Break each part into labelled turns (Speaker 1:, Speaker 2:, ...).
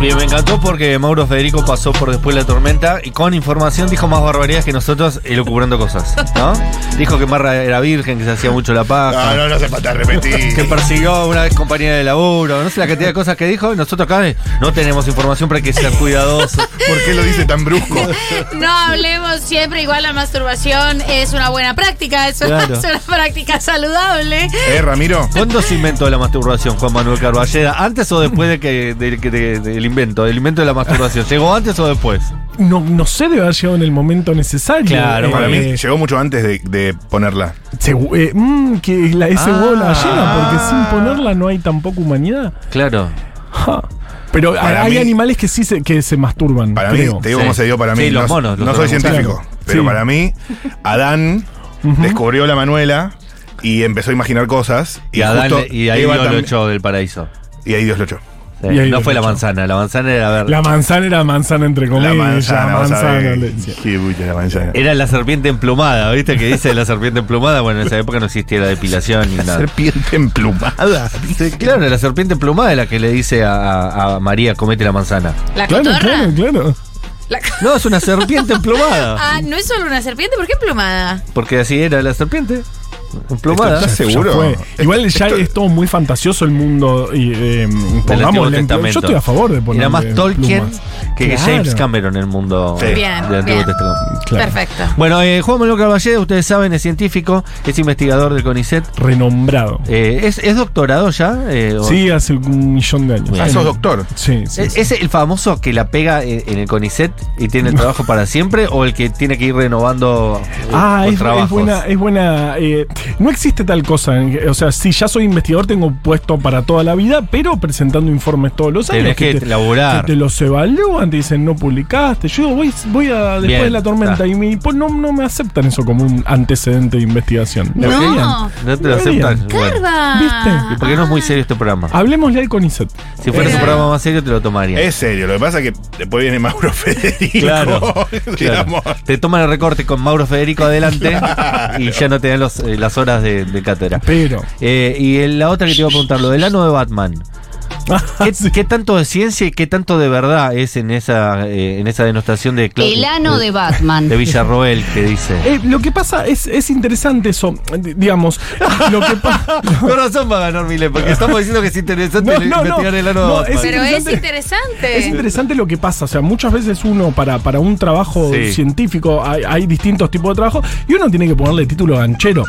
Speaker 1: Bien, me encantó porque Mauro Federico pasó por después de la tormenta y con información dijo más barbaridades que nosotros elucubrando cosas, ¿no? Dijo que Marra era virgen, que se hacía mucho la paja.
Speaker 2: No, no, no hace falta repetir.
Speaker 1: Que persiguió a una compañía de laburo, no sé la cantidad de cosas que dijo, y nosotros acá eh, no tenemos información para que ser cuidadosos.
Speaker 2: ¿Por qué lo dice tan brusco?
Speaker 3: No hablemos siempre, igual la masturbación es una buena práctica, es una,
Speaker 1: Claro.
Speaker 3: es una práctica saludable.
Speaker 2: ¿Eh, Ramiro?
Speaker 1: ¿Cuándo se inventó la masturbación, Juan Manuel Carballeda? ¿Antes o después de que, del- que- de- del invento? ¿Del invento de la masturbación? ¿Llegó antes o después?
Speaker 4: No, no sé, debe haber llegado en el momento necesario.
Speaker 1: Claro,
Speaker 2: Para mí
Speaker 4: Eh,
Speaker 2: llegó mucho antes de, de ponerla.
Speaker 4: segu- eh, mm, que la, ese
Speaker 1: Ah.
Speaker 4: huevo la llena, porque sin ponerla no hay tampoco humanidad.
Speaker 1: Claro.
Speaker 4: Ja. Pero
Speaker 2: Para
Speaker 4: hay
Speaker 2: mí-
Speaker 4: animales que sí se, que se masturban,
Speaker 2: Para
Speaker 4: creo.
Speaker 2: mí, te digo
Speaker 1: Sí.
Speaker 2: cómo se dio para mí.
Speaker 1: Sí, los
Speaker 2: no,
Speaker 1: monos, los
Speaker 2: no soy
Speaker 1: monos.
Speaker 2: científico,
Speaker 4: Claro.
Speaker 2: pero
Speaker 4: Sí.
Speaker 2: para mí, Adán descubrió la Manuela y empezó a imaginar cosas.
Speaker 1: Y, Adán,
Speaker 2: justo
Speaker 1: y ahí
Speaker 2: Eva
Speaker 1: Dios lo
Speaker 2: tam-
Speaker 1: echó del paraíso.
Speaker 2: Y ahí Dios lo echó.
Speaker 1: Sí,
Speaker 4: Y ahí
Speaker 1: no
Speaker 4: lo
Speaker 1: fue la
Speaker 4: echó.
Speaker 1: manzana, la manzana era ver.
Speaker 4: La manzana era manzana entre comillas.
Speaker 2: la manzana, vos
Speaker 4: manzana,
Speaker 2: sabés.
Speaker 4: le decía.
Speaker 2: Qué bulla la manzana.
Speaker 1: Era la serpiente emplumada, ¿viste? Que dice la serpiente emplumada. Bueno, en esa época no existía la depilación ni nada.
Speaker 2: serpiente
Speaker 4: Ah,
Speaker 2: emplumada.
Speaker 1: Sí, Claro, la serpiente emplumada es la que le dice a, a- a María, comete la manzana.
Speaker 3: La
Speaker 4: Claro,
Speaker 3: cotorra.
Speaker 4: claro, claro.
Speaker 3: La co-
Speaker 1: No, es una serpiente emplumada.
Speaker 3: Ah, no es solo una serpiente, ¿por qué plumada?
Speaker 1: Porque así era la serpiente. Emplumada.
Speaker 2: Esto ya- Seguro.
Speaker 4: Ya fue. Igual ya
Speaker 2: Esto-
Speaker 4: es todo muy fantasioso el mundo. Y, eh,
Speaker 1: Antiguo
Speaker 4: pongámosle en-
Speaker 1: Testamento.
Speaker 4: Yo estoy a favor de poner.
Speaker 1: Era más Tolkien que
Speaker 4: Claro.
Speaker 1: James Cameron en el mundo
Speaker 2: Sí.
Speaker 1: eh,
Speaker 3: Bien,
Speaker 1: del Antiguo
Speaker 3: bien.
Speaker 1: Testamento.
Speaker 4: Claro.
Speaker 3: Perfecto.
Speaker 1: Bueno, eh, Juan Manuel Caballero, ustedes saben, es científico, es investigador del CONICET.
Speaker 4: Renombrado.
Speaker 1: Eh, ¿es, es doctorado ya? Eh, o-
Speaker 4: Sí, hace un millón de años.
Speaker 2: Ah, sos doctor.
Speaker 4: Sí, sí.
Speaker 1: ¿Es
Speaker 4: sí.
Speaker 1: es el famoso que la pega en en el CONICET y tiene el trabajo para siempre o el que tiene que ir renovando eh,
Speaker 4: Ah,
Speaker 1: con
Speaker 4: es, es
Speaker 1: trabajos?
Speaker 4: buena, es buena. eh, no existe tal cosa. en- O sea, si ya soy investigador, tengo puesto para toda la vida, pero presentando informes todos los años.
Speaker 1: Tenés que,
Speaker 4: te-
Speaker 1: laburar.
Speaker 4: Que te los evalúan, te dicen no publicaste. Yo digo, voy, voy a después
Speaker 1: Bien,
Speaker 4: de la tormenta
Speaker 1: está.
Speaker 4: y me, pues, no, no me aceptan eso como un antecedente de investigación.
Speaker 3: No.
Speaker 4: Deberían.
Speaker 1: No te lo aceptan. Bueno.
Speaker 3: Carva. Ah.
Speaker 4: ¿Viste?
Speaker 1: Y porque no es muy
Speaker 5: Ah.
Speaker 1: serio este programa.
Speaker 4: Hablemosle al CONICET.
Speaker 1: Si fuera un
Speaker 3: Pero-
Speaker 1: programa más serio, te lo tomaría.
Speaker 2: Es serio, lo que pasa es que después viene Mauro Federico.
Speaker 1: Claro,
Speaker 2: digamos.
Speaker 1: Claro. Te toman el recorte con Mauro Federico adelante y ya no te dan los, eh, las horas de, de cátedra.
Speaker 4: Pero.
Speaker 1: Eh, y el- la otra que te iba a preguntar, lo del ano de Batman. ¿Qué,
Speaker 4: Ah, Sí.
Speaker 1: qué tanto de ciencia y qué tanto de verdad es en esa, eh, en esa denostación de Cla-
Speaker 5: El ano de Batman.
Speaker 1: de Villarroel que dice?
Speaker 4: Eh, lo que pasa es, es interesante eso, d- digamos. Lo que pasa.
Speaker 1: Con razón va a ganar Milei, porque estamos diciendo que es interesante
Speaker 4: No, no,
Speaker 1: investigar
Speaker 4: no.
Speaker 1: el ano
Speaker 4: No,
Speaker 1: de Batman.
Speaker 3: Pero es
Speaker 4: interesante.
Speaker 3: interesante.
Speaker 4: Es interesante lo que pasa, o sea, muchas veces uno para, para un trabajo
Speaker 1: Sí.
Speaker 4: científico hay, hay distintos tipos de trabajo y uno tiene que ponerle título ganchero.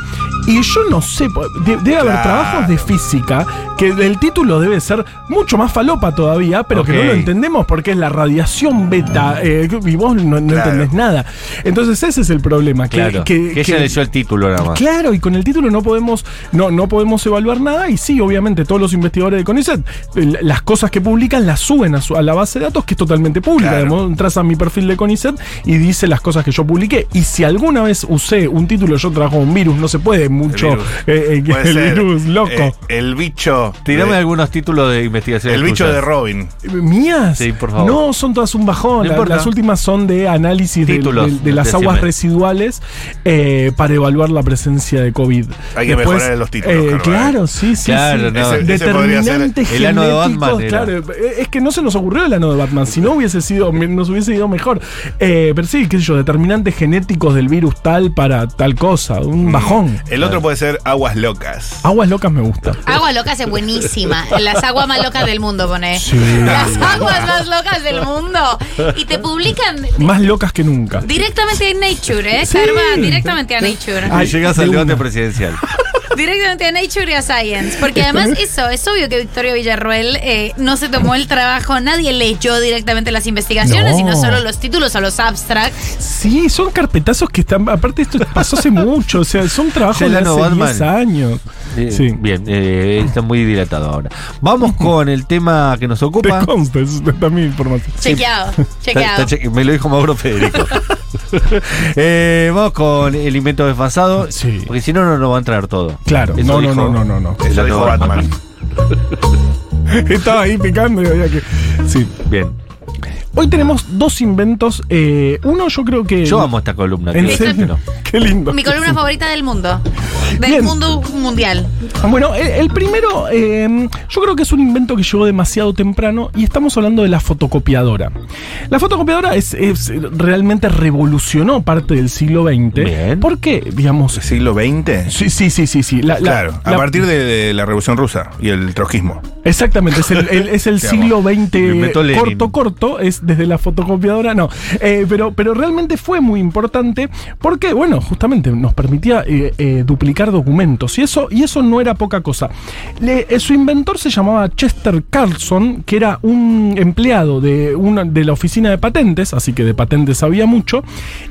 Speaker 4: Y yo no sé, po- de- debe haber
Speaker 2: Claro.
Speaker 4: trabajos de física que el título debe ser mucho más falopa todavía, pero que no lo
Speaker 1: Ok.
Speaker 4: entendemos porque es la radiación beta eh, y vos no, no
Speaker 2: Claro.
Speaker 4: entendés nada. Entonces ese es el problema. que-
Speaker 1: Claro, que,
Speaker 4: que-
Speaker 1: ella
Speaker 4: que-
Speaker 1: leyó el título nada más.
Speaker 4: Claro, y con el título no podemos, no, no podemos evaluar nada. Y sí, obviamente, todos los investigadores de CONICET, eh, las cosas que publican las suben a, su- a la base de datos, que es totalmente pública.
Speaker 2: Claro.
Speaker 4: De modo, entras a mi perfil de CONICET y dice las cosas que yo publiqué. Y si alguna vez usé un título, yo trabajo un virus, no se puede mucho.
Speaker 2: virus.
Speaker 4: eh, eh, que
Speaker 2: Puede
Speaker 4: el
Speaker 2: ser,
Speaker 4: virus, loco.
Speaker 2: eh, el bicho.
Speaker 1: Tirame
Speaker 2: de-
Speaker 1: algunos títulos de investigación.
Speaker 2: el bicho de Robin.
Speaker 4: ¿Mías?
Speaker 1: Sí, por favor.
Speaker 4: No, son todas un bajón.
Speaker 1: No
Speaker 4: La-
Speaker 1: importa.
Speaker 4: las últimas son de análisis de,
Speaker 1: Títulos,
Speaker 4: de- de las
Speaker 1: decime.
Speaker 4: aguas residuales eh, para evaluar la presencia de COVID. eh,
Speaker 2: Hay que mejorar en los títulos, Carvalho.
Speaker 4: claro, sí, sí.
Speaker 1: Claro,
Speaker 4: sí.
Speaker 1: no. Ese-
Speaker 2: ese podría ser
Speaker 4: Determinantes
Speaker 1: el ano de
Speaker 4: genéticos,
Speaker 1: Batman era.
Speaker 4: Claro, eh, es que no se nos ocurrió el ano de Batman. Si no hubiese sido, nos hubiese ido mejor. Eh, pero sí, qué sé yo, determinantes genéticos del virus tal para tal cosa.
Speaker 2: Mm.
Speaker 4: Un bajón.
Speaker 2: El otro puede ser Aguas Locas.
Speaker 4: Aguas locas me gusta.
Speaker 3: Agua loca es buenísima. Las aguas más locas del mundo, pone.
Speaker 4: Sí.
Speaker 3: Las aguas más locas del mundo. Y te publican
Speaker 4: Más locas que nunca.
Speaker 3: directamente en Nature, ¿eh?
Speaker 4: Sí.
Speaker 3: Carva, directamente a Nature.
Speaker 4: Ay,
Speaker 1: y llegas
Speaker 4: de
Speaker 1: al
Speaker 4: una.
Speaker 1: debate presidencial.
Speaker 3: Directamente a Nature y a Science. Porque además eso, es obvio que Victoria Villarroel eh, no se tomó el trabajo, nadie leyó directamente las investigaciones,
Speaker 4: No.
Speaker 3: sino solo los títulos o los abstracts.
Speaker 4: Sí, son carpetazos que están. Aparte, esto pasó hace mucho. O sea, son trabajos
Speaker 1: Ya
Speaker 4: de
Speaker 1: la no
Speaker 4: hace
Speaker 1: Batman.
Speaker 4: 10 años.
Speaker 1: Eh,
Speaker 4: Sí.
Speaker 1: Bien, eh, está muy dilatado ahora. Vamos con el tema que nos
Speaker 4: Te
Speaker 1: ocupa.
Speaker 4: consta, es- está mi información.
Speaker 3: Chequeado,
Speaker 1: Está- está
Speaker 3: chequeado.
Speaker 1: cheque- me lo dijo Mauro Federico. Eh, vamos con el invento desfasado.
Speaker 4: Sí.
Speaker 1: Porque si no, no nos va a entrar todo.
Speaker 4: Claro,
Speaker 1: Eso
Speaker 4: no, no,
Speaker 1: dijo-
Speaker 4: no, no, no, no.
Speaker 2: Eso
Speaker 1: Lo dijo
Speaker 2: dijo Batman.
Speaker 4: Estaba ahí picando y había que. Sí.
Speaker 1: Bien.
Speaker 4: Hoy tenemos dos inventos. eh, uno, yo creo que.
Speaker 1: Yo amo esta columna.
Speaker 4: Eh, En
Speaker 1: creo que
Speaker 4: serio.
Speaker 1: no.
Speaker 4: Que Qué lindo.
Speaker 3: Mi columna favorita del mundo. Del
Speaker 4: Bien.
Speaker 3: mundo mundial.
Speaker 4: Bueno, el, el primero, eh, yo creo que es un invento que llegó demasiado temprano y estamos hablando de la fotocopiadora. La fotocopiadora es, es- realmente revolucionó parte del siglo XX.
Speaker 1: Bien.
Speaker 4: Porque, digamos,
Speaker 2: ¿Siglo XX?
Speaker 4: sí, sí, sí, sí, sí. la- la-
Speaker 2: claro, a
Speaker 4: la-
Speaker 2: partir de, de la Revolución Rusa y el trotskismo.
Speaker 4: Exactamente, es el, el- es el
Speaker 2: Te
Speaker 4: siglo
Speaker 2: amo.
Speaker 1: Lo
Speaker 4: XX
Speaker 1: inventó Lenin.
Speaker 4: corto, corto, es desde la fotocopiadora, no. Eh, pero, pero realmente fue muy importante porque, bueno, justamente nos permitía eh, eh, duplicar documentos y eso, y eso no era poca cosa. Le- eh, su inventor se llamaba Chester Carlson, que era un empleado de, una, de la oficina de patentes, así que de patentes sabía mucho,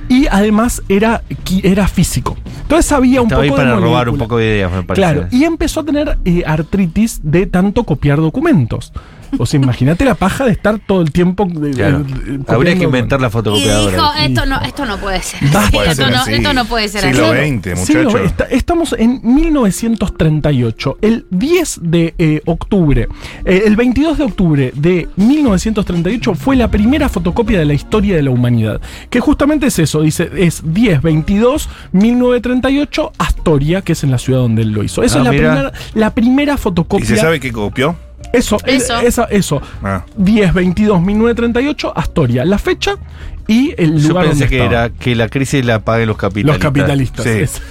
Speaker 4: y además era, qui- era físico. Entonces sabía un
Speaker 1: Estaba ahí
Speaker 4: poco
Speaker 1: para
Speaker 4: de
Speaker 1: robar un
Speaker 4: moléculas.
Speaker 1: poco de ideas, me parece.
Speaker 4: Claro, y empezó a tener eh, artritis de tanto copiar documentos. O sea, imagínate la paja de estar todo el tiempo. de-
Speaker 1: Claro.
Speaker 4: de- de-
Speaker 1: Habría
Speaker 4: copiando.
Speaker 1: que inventar la
Speaker 3: Y
Speaker 1: fotocopiadora.
Speaker 3: dijo, esto no, esto no puede ser.
Speaker 4: Basta.
Speaker 3: Sí, esto,
Speaker 2: Puede ser
Speaker 3: no,
Speaker 2: así.
Speaker 3: esto no puede ser
Speaker 2: Siglo
Speaker 3: así.
Speaker 2: XX,
Speaker 4: Sí,
Speaker 2: muchacho.
Speaker 4: está- estamos en 1938. El 10 de eh, octubre, eh, el 22 de octubre de 1938 fue la primera fotocopia de la historia de la humanidad. Que justamente es eso, dice, es 10, 22, 1938, Astoria, que es en la ciudad donde él lo hizo. Esa
Speaker 1: Ah,
Speaker 4: es la
Speaker 1: mira.
Speaker 4: primera, la primera fotocopia.
Speaker 2: ¿Y se sabe qué copió?
Speaker 4: Eso,
Speaker 3: Eso.
Speaker 4: eso. Esa, eso.
Speaker 2: Ah.
Speaker 4: 10, 22, 1938, Astoria. La fecha y el
Speaker 1: Yo
Speaker 4: lugar
Speaker 1: pensé
Speaker 4: donde
Speaker 1: que
Speaker 4: estaba.
Speaker 1: era que la crisis la paguen los
Speaker 4: Los
Speaker 1: capitalistas.
Speaker 4: capitalistas.
Speaker 2: Sí.
Speaker 4: es.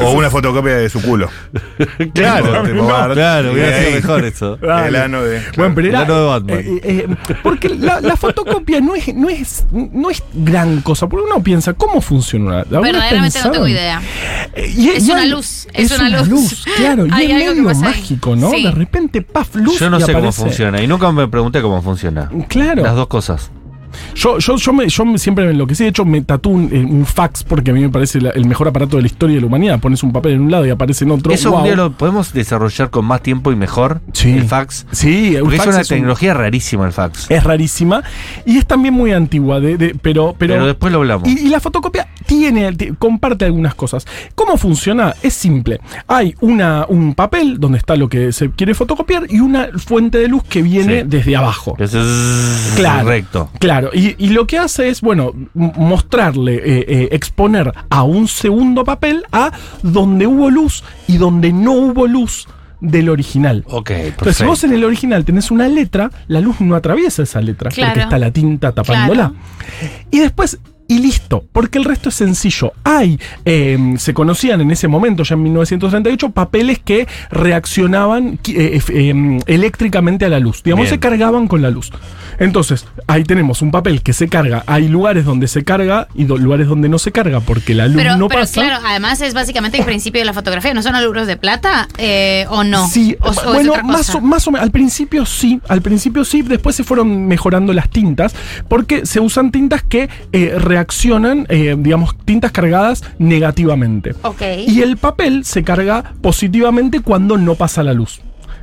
Speaker 2: O una fotocopia de su culo.
Speaker 1: Claro,
Speaker 2: Tipo, tipo
Speaker 1: no,
Speaker 2: Bart.
Speaker 1: claro, hubiera
Speaker 2: Ahí.
Speaker 1: sido mejor eso.
Speaker 4: Dale.
Speaker 2: El ano de.
Speaker 4: Bueno, pero era.
Speaker 1: El ano de Batman.
Speaker 4: eh, eh, eh, porque la, la fotocopia no es, no, es, no es gran cosa. Porque uno piensa, ¿cómo funciona? ¿Alguna vez
Speaker 3: Verdaderamente no tengo
Speaker 4: pensaron?
Speaker 3: idea.
Speaker 4: Eh, y-
Speaker 3: Es
Speaker 4: y
Speaker 3: una
Speaker 4: hay-
Speaker 3: luz, es una luz.
Speaker 4: claro. Y
Speaker 3: Hay
Speaker 4: es
Speaker 3: algo que
Speaker 4: medio
Speaker 3: pasa ahí.
Speaker 4: mágico, ¿no?
Speaker 3: Sí.
Speaker 4: De repente, paf, luz.
Speaker 1: Yo no
Speaker 4: y
Speaker 1: sé cómo
Speaker 4: aparece.
Speaker 1: funciona y nunca me pregunté cómo funciona.
Speaker 4: Claro.
Speaker 1: Las dos cosas.
Speaker 4: Yo, yo, yo, me, yo me- siempre me enloquecí. De hecho, me tatúo un, eh, un fax porque a mí me parece la- el mejor aparato de la historia de la humanidad. Pones un papel en un lado y aparece en otro.
Speaker 1: Eso un
Speaker 4: Guau.
Speaker 1: día lo podemos desarrollar con más tiempo y mejor.
Speaker 4: Sí.
Speaker 1: El fax.
Speaker 4: Sí, un
Speaker 1: Porque es
Speaker 4: fax
Speaker 1: una
Speaker 4: un- Eh,
Speaker 1: tecnología rarísima el fax.
Speaker 4: es rarísima y es también muy antigua. De, de- pero, pero,
Speaker 1: Pero, después lo hablamos.
Speaker 4: y, y la fotocopia tiene, ti- comparte algunas cosas. ¿Cómo funciona? Es simple. Hay una, un papel donde está lo que se quiere fotocopiar y una fuente de luz que viene
Speaker 1: Sí.
Speaker 4: desde abajo.
Speaker 1: Eso es
Speaker 4: Claro.
Speaker 1: recto.
Speaker 4: Claro, y, y lo que hace es, bueno, m- mostrarle, eh, eh, exponer a un segundo papel a donde hubo luz y donde no hubo luz del original.
Speaker 1: Ok,
Speaker 4: Entonces, si
Speaker 1: perfecto.
Speaker 4: vos en el original tenés una letra, la luz no atraviesa esa letra,
Speaker 3: Claro.
Speaker 4: porque está la tinta tapándola. Y después, y listo, porque el resto es sencillo. Hay, eh, se conocían en ese momento, ya en 1938, papeles que reaccionaban qui- eh, eh, em, eléctricamente a la luz. Digamos,
Speaker 1: Bien.
Speaker 4: se cargaban con la luz. Entonces, ahí tenemos un papel que se carga. Hay lugares donde se carga y do- lugares donde no se carga porque la luz
Speaker 3: Pero,
Speaker 4: no
Speaker 3: pero
Speaker 4: pasa.
Speaker 3: claro, además es básicamente el principio de la fotografía. ¿No son aluros de plata eh, o no?
Speaker 4: Sí,
Speaker 3: O- o es
Speaker 4: bueno,
Speaker 3: otra cosa.
Speaker 4: más o, más o menos. Al principio sí, al principio sí, después se fueron mejorando las tintas, porque se usan tintas que eh, reaccionan, eh, digamos, tintas cargadas negativamente.
Speaker 3: Ok.
Speaker 4: Y el papel se carga positivamente cuando no pasa la luz.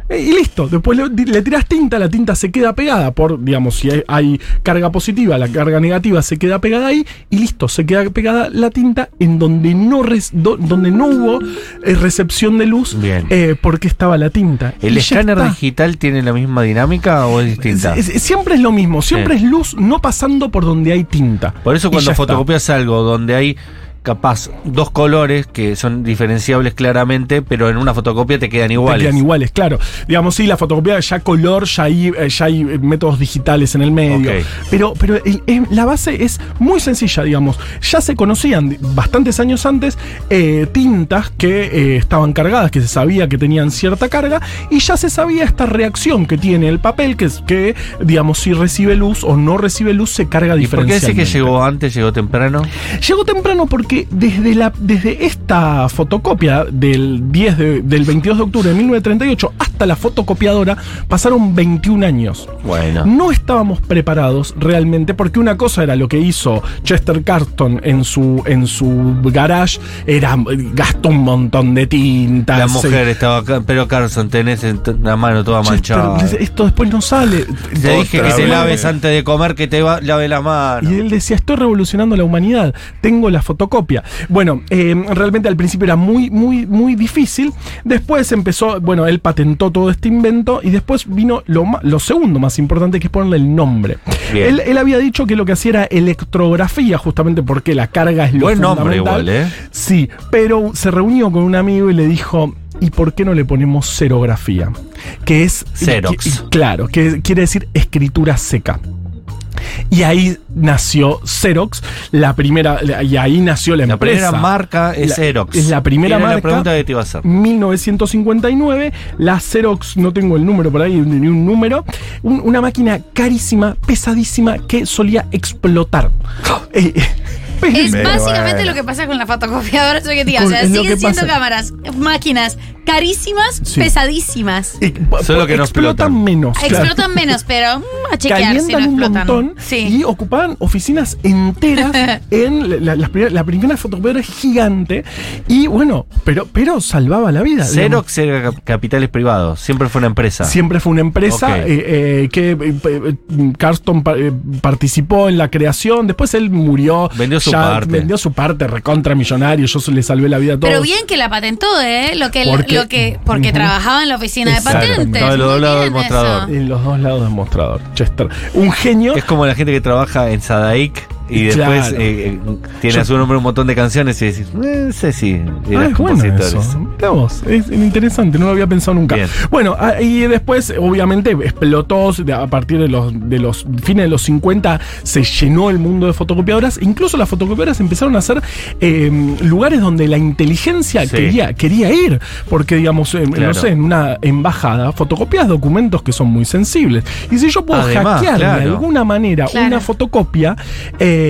Speaker 4: Eh, Y listo, después le, le tiras tinta, la tinta se queda pegada por, digamos, si hay, hay carga positiva, la carga negativa se queda pegada ahí y listo, se queda pegada la tinta en donde no, res- do- donde no hubo eh, recepción de luz
Speaker 1: Bien.
Speaker 4: eh, porque estaba la tinta.
Speaker 1: ¿El
Speaker 4: Y ya
Speaker 1: escáner
Speaker 4: está.
Speaker 1: digital tiene la misma dinámica o es distinta?
Speaker 4: Es- es- siempre es lo mismo, siempre
Speaker 1: Sí.
Speaker 4: es luz no pasando por donde hay tinta.
Speaker 1: Por eso
Speaker 4: Y
Speaker 1: cuando
Speaker 4: ya está.
Speaker 1: fotocopias algo donde hay capaz dos colores que son diferenciables claramente, pero en una fotocopia te quedan
Speaker 4: Te
Speaker 1: iguales.
Speaker 4: quedan iguales, claro. Digamos, sí, la fotocopia ya color, ya hay, eh, ya hay eh, métodos digitales en el medio.
Speaker 1: Ok.
Speaker 4: Pero, pero el- em, la base es muy sencilla, digamos. Ya se conocían di- bastantes años antes eh, tintas que eh, estaban cargadas, que se sabía que tenían cierta carga, y ya se sabía esta reacción que tiene el papel, que, es- que digamos, si recibe luz o no recibe luz, se carga
Speaker 1: ¿Y por qué decís que
Speaker 4: diferencialmente.
Speaker 1: llegó antes, llegó temprano?
Speaker 4: Llegó temprano porque desde, la, desde esta fotocopia del, 10 de- del 22 de octubre de 1938 hasta la fotocopiadora pasaron 21 años.
Speaker 1: Bueno.
Speaker 4: No estábamos preparados realmente porque una cosa era lo que hizo Chester Carton en su, en su garage, era gastó un montón de tinta.
Speaker 1: La
Speaker 4: se-
Speaker 1: mujer estaba acá, pero Carson, tenés en t- la mano toda
Speaker 4: Chester,
Speaker 1: manchada.
Speaker 4: esto después no sale.
Speaker 1: Te dije que
Speaker 2: Otra
Speaker 1: te
Speaker 2: vez.
Speaker 1: laves antes de comer, que te va- lave la mano.
Speaker 4: Y él decía, estoy revolucionando la humanidad, tengo la copia. Bueno, eh, realmente al principio era muy, muy, muy difícil. Después empezó, bueno, él patentó todo este invento y después vino lo, ma- lo segundo más importante que es ponerle el nombre.
Speaker 1: Bien.
Speaker 4: Él, él había dicho que lo que hacía era electrografía, justamente porque la carga es lo
Speaker 1: Buen nombre
Speaker 4: fundamental.
Speaker 1: igual, ¿eh?
Speaker 4: Sí, pero se reunió con un amigo y le dijo, ¿y por qué no le ponemos serografía? Que es...
Speaker 1: Xerox.
Speaker 4: y- y- claro, que quiere decir escritura seca. Y ahí nació Xerox, la primera, y ahí nació la
Speaker 1: La
Speaker 4: empresa.
Speaker 1: primera marca es
Speaker 4: La-
Speaker 1: Xerox.
Speaker 4: Es la primera
Speaker 1: Era
Speaker 4: marca.
Speaker 1: la pregunta que te iba a hacer.
Speaker 4: 1959, la Xerox, no tengo el número por ahí, ni ni un número, un- una máquina carísima, pesadísima, que solía explotar. Eh, eh, pero-
Speaker 3: Es
Speaker 2: Pero
Speaker 3: básicamente
Speaker 2: bueno.
Speaker 3: lo que pasa con la fotocopiadora hoy en día.
Speaker 4: Con-
Speaker 3: o sea,
Speaker 4: es lo que
Speaker 3: siguen siendo
Speaker 4: pasa.
Speaker 3: cámaras, máquinas carísimas,
Speaker 4: Sí.
Speaker 3: pesadísimas.
Speaker 4: eh,
Speaker 1: Solo que no
Speaker 4: explotan
Speaker 1: explotan.
Speaker 4: menos. claro.
Speaker 3: Explotan menos, pero mm, a chequear si no
Speaker 4: Calientan un
Speaker 3: explotan.
Speaker 4: montón
Speaker 3: sí.
Speaker 4: y ocupaban oficinas enteras en la, la- las primeras- la primera fotocopiadora gigante y bueno, pero, pero salvaba la vida. digamos.
Speaker 1: Xerox era cap- capitales privados, siempre fue una empresa.
Speaker 4: Siempre fue una empresa
Speaker 1: Ok.
Speaker 4: eh, eh, que eh, eh, Carston pa- eh, participó en la creación. Después él murió.
Speaker 1: Vendió su parte.
Speaker 4: Vendió su parte, recontra millonario. Yo le salvé la vida a todos.
Speaker 3: Pero bien que la patentó, ¿eh? Lo que,
Speaker 4: Porque-
Speaker 3: lo que, porque
Speaker 4: Ujú.
Speaker 3: trabajaba en la oficina de
Speaker 4: Exacto.
Speaker 3: patentes.
Speaker 1: Estaba del
Speaker 3: Muy
Speaker 1: otro lado del
Speaker 3: bien eso.
Speaker 1: mostrador.
Speaker 4: En los dos lados del mostrador. Chester. Un genio.
Speaker 1: Es como la gente que trabaja en Sadaic y
Speaker 4: Claro.
Speaker 1: después eh, eh, tiene a su nombre un montón de canciones y decís, "Eh, no sé si
Speaker 4: Ah,
Speaker 1: eras
Speaker 4: es bueno
Speaker 1: compositor".
Speaker 4: eso. Mirá vos, es interesante, no lo había pensado nunca.
Speaker 1: Bien.
Speaker 4: Bueno, ah, y después, obviamente, explotó de- a partir de los, de los fines de los 50, se llenó el mundo de fotocopiadoras. Incluso las fotocopiadoras empezaron a ser eh, lugares donde la inteligencia
Speaker 1: Sí.
Speaker 4: quería, quería ir. Porque, digamos, en-
Speaker 1: Claro.
Speaker 4: no sé, en una embajada fotocopias documentos que son muy sensibles. Y si yo puedo
Speaker 1: Además,
Speaker 4: hackear de
Speaker 1: claro.
Speaker 4: alguna manera
Speaker 3: Claro.
Speaker 4: una fotocopia, eh,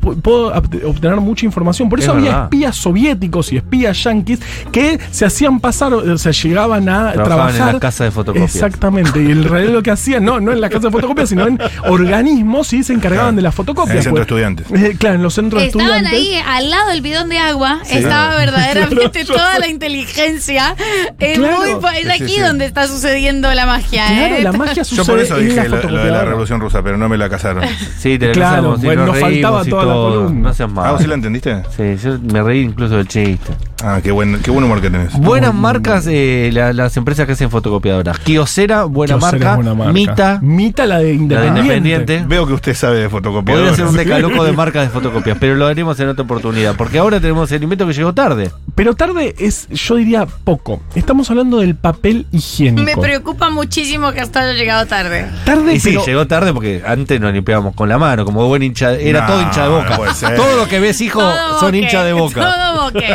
Speaker 4: pu- puedo obte- obtener mucha información. Por
Speaker 1: Es
Speaker 4: eso había
Speaker 1: verdad.
Speaker 4: espías soviéticos y espías yanquis que se hacían pasar, o sea, llegaban a
Speaker 1: Trabajaban en
Speaker 4: trabajar.
Speaker 1: las casas de fotocopias.
Speaker 4: Exactamente. Y en realidad lo que hacían, no, no en las casas de fotocopias, sino en organismos y se encargaban
Speaker 2: Claro.
Speaker 4: de las
Speaker 2: En el
Speaker 4: fotocopias.
Speaker 2: centro de
Speaker 4: pues.
Speaker 2: estudiantes.
Speaker 4: Eh, claro, en los centros de
Speaker 3: Estaban
Speaker 4: estudiantes.
Speaker 3: ahí al lado del bidón de agua, estaba verdaderamente
Speaker 4: Claro, yo
Speaker 3: toda
Speaker 4: sé.
Speaker 3: la inteligencia. Es,
Speaker 4: Claro.
Speaker 3: muy pa- es
Speaker 2: Sí, sí,
Speaker 3: aquí
Speaker 2: sí.
Speaker 3: donde está sucediendo la magia.
Speaker 4: Claro,
Speaker 3: ¿eh?
Speaker 4: la magia
Speaker 2: Yo
Speaker 4: sucede
Speaker 2: por eso
Speaker 4: en la
Speaker 2: dije lo, lo de la
Speaker 4: fotocopiadora. Ah,
Speaker 2: revolución rusa, pero no me la casaron.
Speaker 1: Sí, te la
Speaker 4: Claro,
Speaker 1: pasamos y
Speaker 4: bueno, nos
Speaker 1: reímos
Speaker 4: faltaba
Speaker 1: y
Speaker 4: toda la
Speaker 1: todo.
Speaker 4: columna.
Speaker 1: No seas malo.
Speaker 2: Ah, ¿vos sí la entendiste?
Speaker 1: Sí, yo me reí incluso del chiste.
Speaker 2: Ah, qué buen, qué buen humor que tenés.
Speaker 1: Buenas marcas, eh, la- las empresas que hacen fotocopiadoras. Kiosera, buena,
Speaker 4: Kiosera
Speaker 1: marca.
Speaker 4: es buena marca.
Speaker 1: Mita,
Speaker 4: Mita la de
Speaker 1: la de
Speaker 4: Independiente.
Speaker 1: Independiente.
Speaker 2: Veo que usted sabe de
Speaker 1: Podría ser un
Speaker 2: fotocopiadoras.
Speaker 1: decaloco de marcas de fotocopias, pero lo haremos en otra oportunidad, porque ahora tenemos el invento que llegó tarde.
Speaker 4: Pero tarde es, yo diría, poco. Estamos hablando del papel higiénico.
Speaker 3: Me preocupa muchísimo que hasta haya llegado tarde.
Speaker 4: Tarde,
Speaker 1: Y sí,
Speaker 4: pero-
Speaker 1: llegó tarde porque antes nos limpiábamos con la mano, como buen hincha. Era
Speaker 2: No,
Speaker 1: todo hincha de
Speaker 2: no
Speaker 1: boca.
Speaker 2: puede ser.
Speaker 1: todo lo que ves, hijo,
Speaker 3: Todo
Speaker 1: son
Speaker 3: boque,
Speaker 1: hincha de boca.
Speaker 3: Todo boque.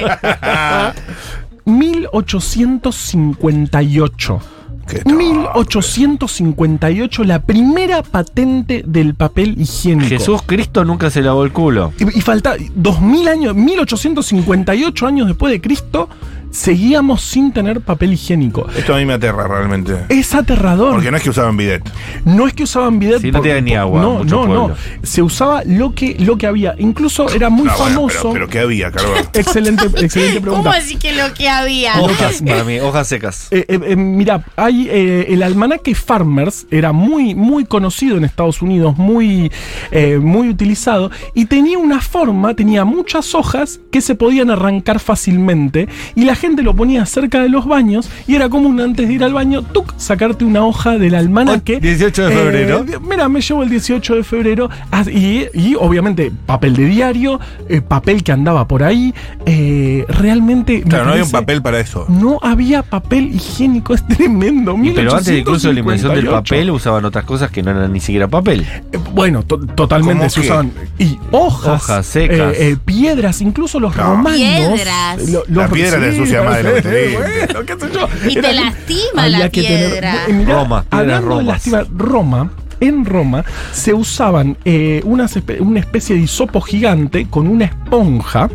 Speaker 4: 1858.
Speaker 2: Qué tarde.
Speaker 4: 1858, la primera patente del papel higiénico.
Speaker 1: Jesús Cristo nunca se lavó el culo.
Speaker 4: Y, y falta 2000 años, 1858 años después de Cristo, seguíamos sin tener papel higiénico.
Speaker 2: Esto a mí me aterra realmente.
Speaker 4: Es aterrador.
Speaker 2: Porque no es que usaban bidet.
Speaker 4: No es que usaban bidet.
Speaker 1: Sí, no
Speaker 4: porque-
Speaker 1: tenía ni agua,
Speaker 4: No,
Speaker 1: mucho
Speaker 4: no, no.
Speaker 1: pueblo.
Speaker 4: Se usaba lo que, lo que había. Incluso era muy
Speaker 2: Ah, bueno,
Speaker 4: famoso.
Speaker 2: pero, pero ¿qué había, Carlos?
Speaker 4: Excelente, excelente
Speaker 3: ¿Cómo
Speaker 4: pregunta.
Speaker 3: así que lo que había?
Speaker 1: Hojas para mí, hojas secas.
Speaker 4: Eh, eh, eh, mira, hay eh, el almanaque Farmers era muy muy conocido en Estados Unidos, muy eh, muy utilizado y tenía una forma, tenía muchas hojas que se podían arrancar fácilmente y la gente lo ponía cerca de los baños y era común antes de ir al baño, tuc, sacarte una hoja del almanaque.
Speaker 1: Oh, 18 de
Speaker 4: Eh,
Speaker 1: febrero.
Speaker 4: di- mira, me llevo el 18 de febrero ah, y, y obviamente papel de diario, eh, papel que andaba por ahí, eh, realmente. me
Speaker 2: Claro, no había un
Speaker 4: parece-
Speaker 2: papel para eso.
Speaker 4: no había papel higiénico, es tremendo.
Speaker 1: Y Pero antes incluso de la invención del
Speaker 4: 1858.
Speaker 1: papel usaban otras cosas que no eran ni siquiera papel.
Speaker 4: Eh, Bueno, to- totalmente
Speaker 2: ¿Cómo
Speaker 4: se
Speaker 2: qué?
Speaker 4: usaban. Y hojas.
Speaker 1: Hojas secas.
Speaker 4: eh, eh, piedras, incluso los
Speaker 2: No.
Speaker 4: romanos.
Speaker 3: Piedras.
Speaker 4: lo-
Speaker 2: La piedra te ensucia más de lo que te
Speaker 4: sí,
Speaker 2: dice.
Speaker 4: bueno, qué sé yo.
Speaker 3: Y te lastima
Speaker 4: había
Speaker 3: la
Speaker 4: que tener-
Speaker 3: piedra.
Speaker 4: eh, mirá,
Speaker 1: Roma, piedras
Speaker 4: hablando de
Speaker 1: romas.
Speaker 4: lastimar, Roma, en Roma se usaban eh, unas espe- una especie de hisopo gigante con una esponja.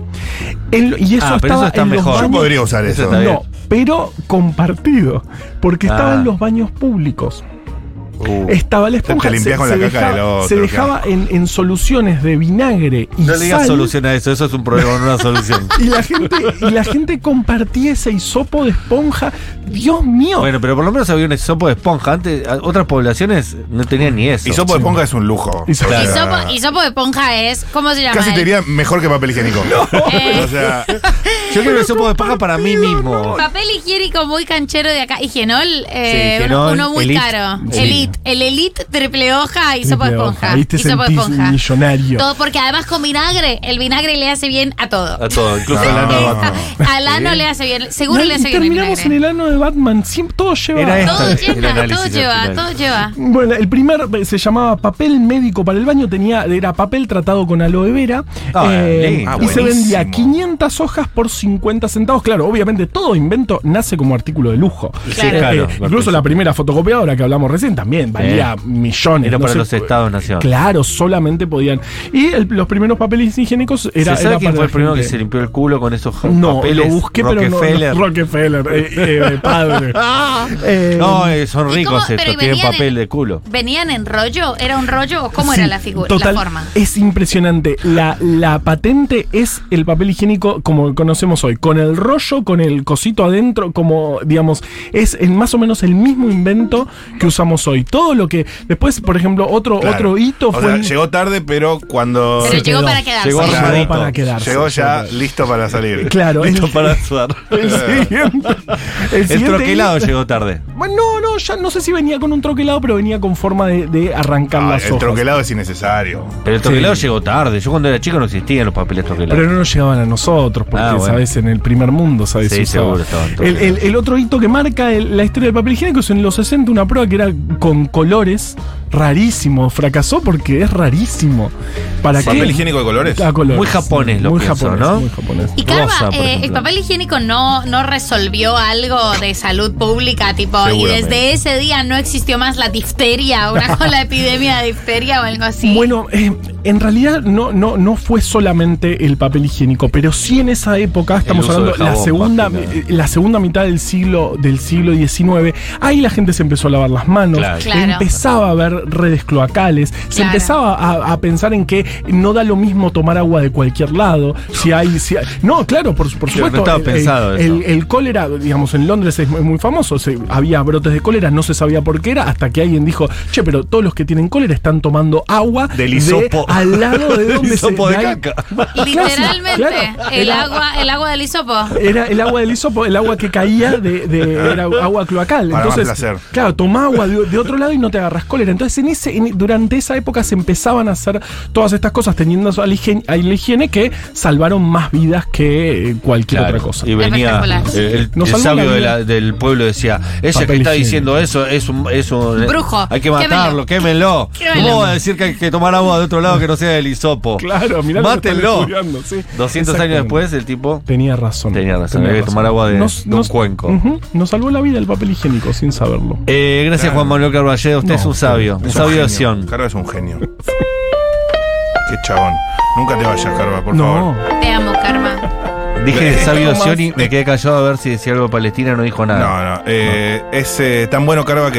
Speaker 4: en lo- y eso
Speaker 1: Ah, pero
Speaker 4: estaba
Speaker 1: eso está
Speaker 4: en los
Speaker 1: mejor.
Speaker 2: Yo
Speaker 4: baños-
Speaker 2: podría usar
Speaker 1: Eso
Speaker 2: eso.
Speaker 1: está bien.
Speaker 4: no, pero compartido, porque estaba
Speaker 1: Ah.
Speaker 4: en los baños públicos.
Speaker 2: Uh,
Speaker 4: estaba la esponja.
Speaker 2: te limpias con la caca
Speaker 4: dejaba,
Speaker 2: del otro,
Speaker 4: se dejaba en, en soluciones de vinagre y
Speaker 1: No le digas
Speaker 4: sal,
Speaker 1: solución a eso, eso es un problema, no una solución.
Speaker 4: Y la gente, y la gente compartía ese hisopo de esponja. Dios mío.
Speaker 1: Bueno, pero por lo menos había un hisopo de esponja. Antes, a- otras poblaciones no tenían ni eso.
Speaker 2: Y sopo de ponga es un lujo.
Speaker 4: Hisopo-
Speaker 2: O sea,
Speaker 3: Hisopo, hisopo de ponja es. ¿Cómo se llama?
Speaker 2: Casi
Speaker 3: El-
Speaker 2: te diría mejor que papel higiénico.
Speaker 3: Eh.
Speaker 2: O sea,
Speaker 1: Yo quiero hisopo de esponja para mí mismo.
Speaker 3: Papel higiénico muy canchero de acá. Higienol, eh,
Speaker 1: Sí, Higienol,
Speaker 3: uno muy
Speaker 1: Elite.
Speaker 3: caro.
Speaker 1: Sí.
Speaker 3: Elite. El Elite triple hoja y sopa de
Speaker 4: Triple hoja.
Speaker 3: esponja.
Speaker 4: Ahí te
Speaker 3: Y sopa de
Speaker 4: sentís
Speaker 3: esponja.
Speaker 4: millonario.
Speaker 3: Todo porque además con vinagre, el vinagre le hace bien a todo.
Speaker 1: A todo, incluso
Speaker 2: No.
Speaker 1: la navaja.
Speaker 3: Al ano le hace bien, seguro
Speaker 4: No,
Speaker 3: le
Speaker 4: y
Speaker 3: hace bien el
Speaker 4: terminamos en
Speaker 3: vinagre.
Speaker 4: el ano de Batman. Siempre, todo lleva.
Speaker 1: Era esto.
Speaker 3: Todo
Speaker 1: El
Speaker 3: lleva,
Speaker 1: análisis
Speaker 3: todo
Speaker 1: al
Speaker 3: lleva,
Speaker 1: final.
Speaker 3: todo lleva.
Speaker 4: Bueno, el primer eh, se llamaba papel médico para el baño, tenía, era papel tratado con aloe vera
Speaker 1: Ah,
Speaker 4: eh,
Speaker 1: lindo.
Speaker 2: Ah,
Speaker 4: y se
Speaker 2: buenísimo.
Speaker 4: vendía 500 hojas por 50 centavos. Claro, obviamente todo invento nace como artículo de lujo.
Speaker 1: Sí,
Speaker 3: Claro.
Speaker 1: claro.
Speaker 4: Eh, incluso la primera fotocopiadora que hablamos recién también valía millones.
Speaker 1: Era
Speaker 4: no
Speaker 1: para
Speaker 4: sé,
Speaker 1: los estados nacionales.
Speaker 4: Claro, solamente podían. Y el- los primeros papeles higiénicos era,
Speaker 1: ¿Se
Speaker 4: era
Speaker 1: sabe quién
Speaker 4: para
Speaker 1: fue
Speaker 4: la
Speaker 1: el primero que
Speaker 4: gente.
Speaker 1: se limpió el culo con esos
Speaker 4: No,
Speaker 1: papeles?
Speaker 4: lo busqué, pero no-
Speaker 1: Rockefeller.
Speaker 4: no. Rockefeller, eh, eh, padre. Eh,
Speaker 1: No, eh, son
Speaker 3: ¿Y
Speaker 1: ricos
Speaker 3: cómo? Pero
Speaker 1: estos,
Speaker 3: ¿y
Speaker 1: tienen
Speaker 3: venían
Speaker 1: papel
Speaker 3: en-
Speaker 1: de culo.
Speaker 3: ¿Venían en rollo? ¿Era un rollo o cómo
Speaker 4: Sí,
Speaker 3: era la figura,
Speaker 4: total, Eh,
Speaker 3: la forma?
Speaker 4: Es impresionante. La, la patente es el papel higiénico como lo conocemos hoy, con el rollo, con el cosito adentro, como digamos, es en más o menos el mismo invento que usamos hoy. Todo lo que después, por ejemplo, otro
Speaker 2: claro.
Speaker 4: otro hito
Speaker 2: O
Speaker 4: fue
Speaker 2: sea,
Speaker 4: el-
Speaker 2: llegó tarde, pero cuando.
Speaker 3: Pero llegó
Speaker 4: quedó.
Speaker 3: para quedarse.
Speaker 1: Llegó
Speaker 4: Llegó
Speaker 1: armadito.
Speaker 4: para quedarse.
Speaker 2: Llegó ya listo para salir.
Speaker 4: Claro, el,
Speaker 1: Listo para sudar.
Speaker 4: el siguiente. El,
Speaker 1: El
Speaker 4: siguiente
Speaker 1: troquelado llegó tarde.
Speaker 4: Bueno, no, no, ya no sé si venía con un troquelado, pero venía con forma de, de arrancar
Speaker 2: Ah,
Speaker 4: las
Speaker 2: el
Speaker 4: hojas.
Speaker 2: troquelado es innecesario.
Speaker 1: Pero el troquelado llegó tarde. Yo cuando era chico no existían los papeles
Speaker 4: Pero
Speaker 1: troquelados.
Speaker 4: no nos llegaban a nosotros, porque,
Speaker 1: Ah, bueno.
Speaker 4: ¿sabes? En el primer mundo, ¿sabes?
Speaker 1: Sí,
Speaker 4: Usaba.
Speaker 1: seguro, estaban todos
Speaker 4: el, el- el otro hito que marca el- la historia del papel higiénico es en los 60 una prueba que era con colores, rarísimo. Fracasó porque es rarísimo. ¿Para qué?
Speaker 2: ¿Papel higiénico de colores?
Speaker 4: A colores.
Speaker 1: Muy japonés lo
Speaker 4: Muy
Speaker 1: pienso,
Speaker 4: japonés,
Speaker 1: ¿no?
Speaker 4: muy japonés.
Speaker 3: Y
Speaker 1: Rosa,
Speaker 3: Carva,
Speaker 1: por
Speaker 3: eh, el
Speaker 1: ejemplo.
Speaker 3: papel higiénico no, no resolvió algo de salud pública, tipo, y
Speaker 2: Seguramente.
Speaker 3: desde ese día no existió más la difteria, una con la epidemia de difteria o algo así.
Speaker 4: Bueno, eh, en realidad no, no, no fue solamente el papel higiénico, pero sí en esa época, estamos
Speaker 1: uso
Speaker 4: hablando
Speaker 1: del
Speaker 4: la
Speaker 1: jabón,
Speaker 4: segunda,
Speaker 1: más que nada.
Speaker 4: eh, la segunda mitad del siglo, del siglo XIX, ahí la gente se empezó a lavar las manos,
Speaker 1: Claro.
Speaker 3: Claro.
Speaker 4: empezaba a ver redes cloacales, se
Speaker 3: Claro.
Speaker 4: empezaba a, a pensar en que no da lo mismo tomar agua de cualquier lado, si hay, si hay- no, claro, por, por
Speaker 1: Sí, no
Speaker 4: supuesto,
Speaker 1: estaba
Speaker 4: el-
Speaker 1: pensado
Speaker 4: el,
Speaker 1: eso.
Speaker 4: el- el cólera, digamos, en Londres es muy muy famoso. se- había brotes de cólera, no se sabía por qué era, hasta que alguien dijo, che, pero todos los que tienen cólera están tomando agua
Speaker 1: Del
Speaker 4: de-
Speaker 1: hisopo.
Speaker 4: al lado de donde se
Speaker 1: Hisopo de
Speaker 4: ahí-
Speaker 1: caca.
Speaker 3: Literalmente,
Speaker 4: Claro,
Speaker 3: el,
Speaker 4: era-
Speaker 3: agua, el agua del hisopo.
Speaker 4: Era el agua del hisopo, el agua que caía de, de- era agua cloacal.
Speaker 2: Para más
Speaker 4: Entonces,
Speaker 2: placer.
Speaker 4: claro, tomá agua de, de otro lado y no te agarras cólera. Entonces, en ese, en- durante esa época se empezaban a hacer todas estas cosas teniendo a la higiene, a la higiene que salvaron más vidas que eh, cualquier otra cosa.
Speaker 1: Y venía
Speaker 3: Espectacular.
Speaker 1: el, el-
Speaker 4: Nos
Speaker 1: el
Speaker 4: salvó
Speaker 1: sabio
Speaker 4: la
Speaker 1: de
Speaker 4: vida.
Speaker 1: la- del pueblo decía, ella
Speaker 4: Papel
Speaker 1: que está
Speaker 4: higiénico.
Speaker 1: diciendo eso es un, es un- eh,
Speaker 3: Brujo.
Speaker 1: Hay que matarlo, quémelo.
Speaker 3: Quémelo.
Speaker 1: ¿Cómo va a decir que hay que tomar agua de otro lado que no sea del hisopo?
Speaker 4: Claro, mirá lo que están
Speaker 1: Mátenlo.
Speaker 4: estudiando, sí.
Speaker 1: 200 años
Speaker 4: Exactamente.
Speaker 1: después el tipo
Speaker 4: Tenía razón.
Speaker 1: Tenía razón, había que tomar agua de- de un cuenco.
Speaker 4: Ujú, Nos salvó la vida el papel higiénico sin saberlo.
Speaker 1: Eh, gracias Juan Manuel Carballeda, usted
Speaker 4: No,
Speaker 1: es un sabio, un
Speaker 2: Es
Speaker 1: sabio de
Speaker 2: genio.
Speaker 1: Sion.
Speaker 2: Carva es un genio. Qué chabón. Nunca te vayas, Carva, por
Speaker 4: no.
Speaker 2: favor.
Speaker 3: Te amo, Karma.
Speaker 1: Dije
Speaker 2: Eh,
Speaker 1: sabio de
Speaker 4: Tomás.
Speaker 1: Sion y me quedé callado a ver si decía algo de Palestina, no dijo nada.
Speaker 2: No, no. eh, Es eh, tan bueno, Carva, que te